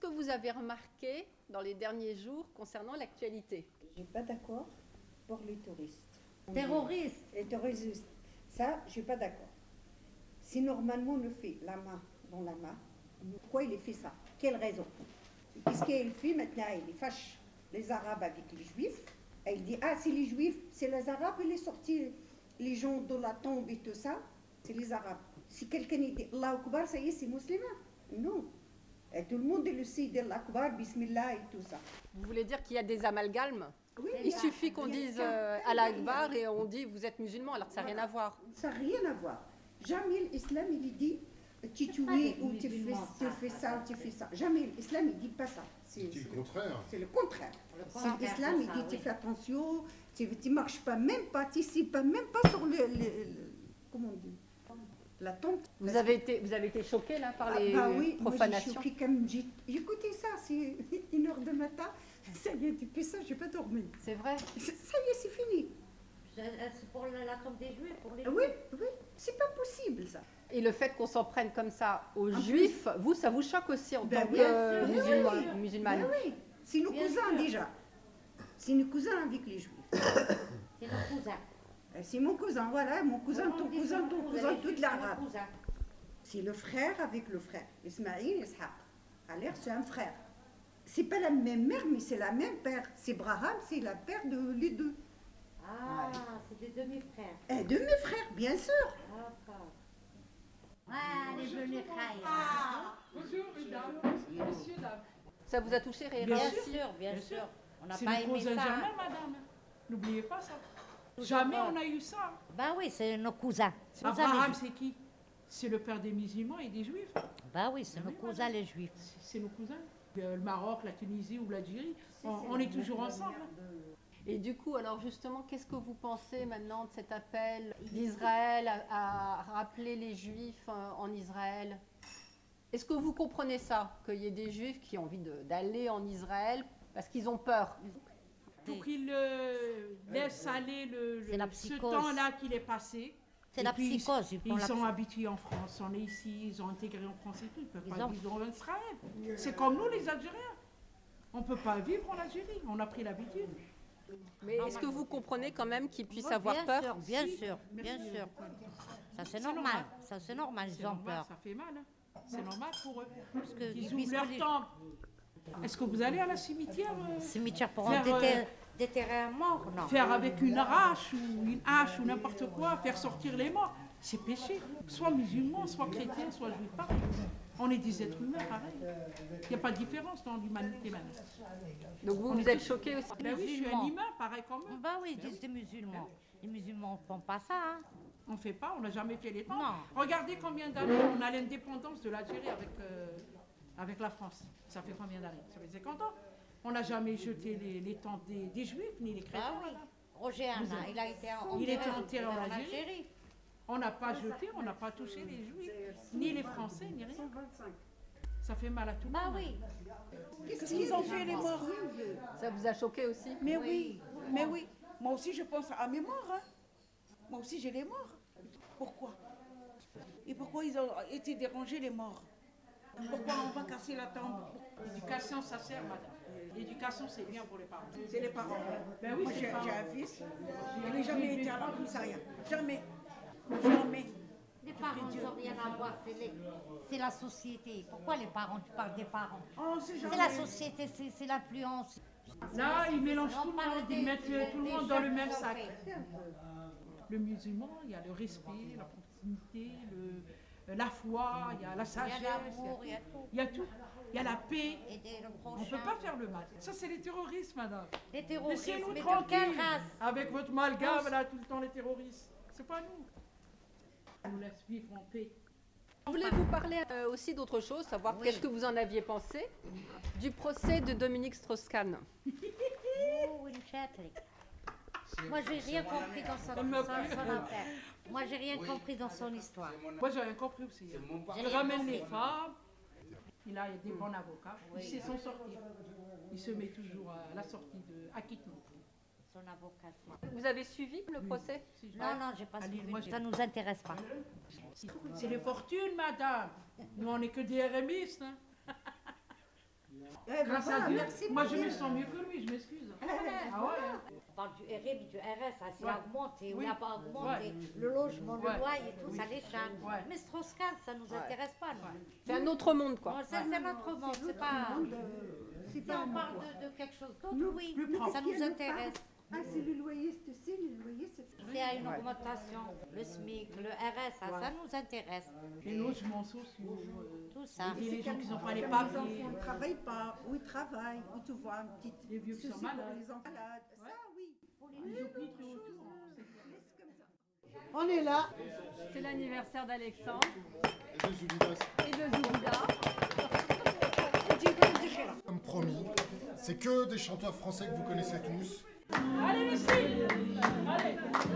que vous avez remarqué dans les derniers jours concernant l'actualité Je suis pas d'accord pour les touristes. Terroristes. Les terroristes. Ça, je suis pas d'accord. Si normalement on le fait, la main dans la main, pourquoi il a fait ça Quelle raison Et Qu'est-ce qu'il fait maintenant Il fâche les Arabes avec les Juifs. Et il dit Ah, c'est les Juifs, c'est les Arabes, il est sorti les gens de la tombe et tout ça, c'est les Arabes. Si quelqu'un dit Allah Akbar, ça y est, c'est musulman. Non. Et tout le monde le sait, Allah Akbar, Bismillah et tout ça. Vous voulez dire qu'il y a des amalgames Oui, Il là, suffit qu'on il y a dise quelqu'un- euh, il y a- Allah il y a- Akbar et on dit vous êtes musulman alors que ça n'a rien à voir. Ça n'a rien à voir. Jamais l'islam, il dit tu tues des ou tu fais, musulmans, tu ça, fais ça, ça, ça, tu c'est- fais ça. Jamais l'islam, il dit pas ça. C'est C'est c'est le le, contraire. c'est le contraire. Le C'est contraire, l'islam, il ça, dit tu oui. fais attention, tu ne marches pas, même pas, tu ne pas, même pas sur le, le- le- comment on dit La tombe. Vous avez été, vous avez été choqué là par Ah, les bah oui, moi, profanations je suis choquée comme j'ai Écoutez ça, c'est une heure de matin. Ça y est, depuis ça, j'ai pas dormi. C'est vrai. Ça y est, c'est fini. euh, C'est c'est pour la, la tombe des Juifs, pour Ah les Oui, oui, c'est pas possible ça. Et le fait qu'on s'en prenne comme ça aux En plus- juifs, vous, ça vous choque aussi en Ben tant que bien euh, sûr, oui, musulman- oui, oui. musulmane. Ben oui, c'est nos Bien cousins sûr. déjà. C'est nos cousins avec les juifs. C'est nos cousins. Ah, Euh, C'est mon cousin, voilà, mon cousin, Vraiment, ton des cousin, ton cousins, cousin, les toute Juifs, c'est l'arabe. nos cousins. C'est le frère avec le frère. Ismaïl, Ishaq. Alors c'est un frère. C'est pas la même mère, mais c'est la même père. C'est Braham, c'est la père de les deux. Ah, c'est des demi-frères. Et de mes frères, bien sûr. D'accord. Ah, les bleus, Ah. Bonjour, mesdames. Monsieur, dames. Ça vous a touché réellement Bien Bien sûr, bien Bien sûr. sûr. On n'a C'est pas nos aimé cousins ça. hein. jamais, madame. N'oubliez pas ça. Jamais on a eu ça. Bah oui, c'est nos cousins. Nos amis Abraham, juifs. c'est qui C'est le père des musulmans et des juifs. Bah oui, c'est Ah nos oui, cousins madame. les juifs. C'est c'est nos cousins. Euh, Le Maroc, la Tunisie ou l'Algérie, on, on est toujours ensemble. Et du coup, alors justement, qu'est-ce que vous pensez maintenant de cet appel d'Israël à, à rappeler les Juifs euh, en Israël Est-ce que vous comprenez ça Qu'il y ait des Juifs qui ont envie de- d'aller en Israël parce qu'ils ont peur Pour qu'il euh, laisse aller le, le- C'est la ce psychose. temps-là qu'il est passé. C'est Et la puis, ils- psychose. Ils, font Ils la sont psy- habitués en France, on est ici, ils ont intégré en France et tout. Ils ne peuvent Ils pas ont- vivre en Israël. C'est comme nous, les Algériens. On ne peut pas vivre en Algérie, on a pris l'habitude. Mais est-ce que vous comprenez quand même qu'ils puissent Oui, avoir bien peur sûr, bien Si. sûr, bien Merci. sûr. Ça c'est C'est normal. normal. Ça c'est normal, C'est ils ont normal, peur. ça fait mal. hein. C'est normal pour eux. Parce que Ils puisque ouvrent leur les- temple. Est-ce que vous allez à la cimetière euh, Cimetière pour Faire, enterrer- euh, déterrer un mort, non. faire avec une arrache ou une hache ou n'importe quoi, faire sortir les morts C'est péché. Soit musulman, soit chrétien, soit juif, pareil. On est des êtres humains, pareil. Il n'y a pas de différence dans l'humanité maintenant. Donc vous, vous êtes choqués aussi Ben oui, je suis un Musulman. humain, pareil comme eux. Bah oui, ils disent des musulmans. Les musulmans ne font pas ça. hein. On ne fait pas, on n'a jamais fait les temps. Non. Regardez combien d'années on a l'indépendance de l'Algérie avec, euh, avec la France. Ça fait combien d'années Ça fait 50 ans. On n'a jamais jeté les, les temples des, des Juifs ni les chrétiens. Bah oui. madame. Roger Hanna, il a été enterré, Il était enterré en en Algérie. Algérie. Ah. On n'a pas jeté, on n'a pas touché les Juifs, ni les Français, ni rien. 125. Ça fait mal à tout le Bah monde. oui. Qu'est-ce qu'ils ont fait les morts Ça vous a choqué aussi Mais oui, mais oui. Moi aussi, je pense à mes morts. hein. Moi aussi, j'ai les morts. Pourquoi Et pourquoi ils ont été dérangés, les morts Pourquoi on va casser la tombe L'éducation, ça sert, madame. L'éducation, c'est bien pour les parents. C'est les parents. Ben oui, Moi, c'est j'ai les parents. j'ai un fils. Il n'a jamais été à la commissariat. Jamais. Jamais. Les parents n'ont rien à voir, c'est les- c'est la société. Pourquoi les parents Tu parles des parents. Oh, c'est C'est jamais. la société, c'est c'est l'influence. Là, ils mélangent On tout le parle monde, ils des- mettent des- tout le des monde dans le choses même qu'on sac. fait. Le musulman, il y a le respect, la proximité, le- euh, la foi, il y a la Il y a sagesse, l'amour, il y a tout. il y a tout. Il y a la paix. Aider le On ne prochain. peut pas faire le mal. Ça, c'est les terroristes, madame. Les terroristes, Laissez-nous Oh, mais de quelle tranquilles race avec votre malgame, là, tout le temps, les terroristes. C'est pas nous. On nous laisse vivre en paix. Je voulais vous parler euh, aussi d'autre chose, savoir Oui. qu'est-ce que vous en aviez pensé du procès de Dominique Strauss-Kahn. Oh, une châtelique. Moi, j'ai rien compris dans son, Elle m'a son- pris. son affaire. Moi, j'ai rien compris dans son histoire. Moi, j'ai rien compris aussi. hein. J'ai Il rien ramène compris. les femmes. Il a des bons avocats. Oui. Ils se sont sortis. Il se met toujours à la sortie de acquittement. Son avocat. Vous avez suivi le procès Si je- Non, non, j'ai pas Allez, suivi. moi, j'ai- Ça nous intéresse pas. C'est les fortunes, madame. Nous, on n'est que des RMistes. hein. ben Grâce voilà, à Dieu, merci Eh moi je beaucoup. me sens mieux que lui, je m'excuse. ben, Ah ouais, hein. On parle du RMI, du RS, hein, c'est Ouais. augmenté, on Oui. n'a pas augmenté. Le logement, Ouais. le loyer et tout, ça les charme. Ouais. Mais Strauss-Kahn, ça nous intéresse pas, nous. C'est un autre monde, quoi. Bon, ça, c'est notre monde, c'est pas... euh, C'est Si pas on un parle emploi. de, de quelque chose d'autre, Nous, oui, le ça principe nous nous intéresse. Ah, c'est le loyer, c'est aussi le loyer, c'est C'est à une augmentation, le SMIC, le RS, ça, ça nous intéresse, Les logements sociaux, euh, tout ça. les gens qui n'ont pas les Comme papiers. enfants ne travaillent pas, ou ils travaillent, ou tu vois un petit. Les vieux qui ceci sont pour malades. les enfants malades. Ça, oui. Ils oublient tout autour. hein. Laisse comme ça. On est là. C'est l'anniversaire d'Alexandre Et de Zoulidas, et de Zoubida. comme promis, c'est que des chanteurs français que vous connaissez tous. Allez, Lucie Allez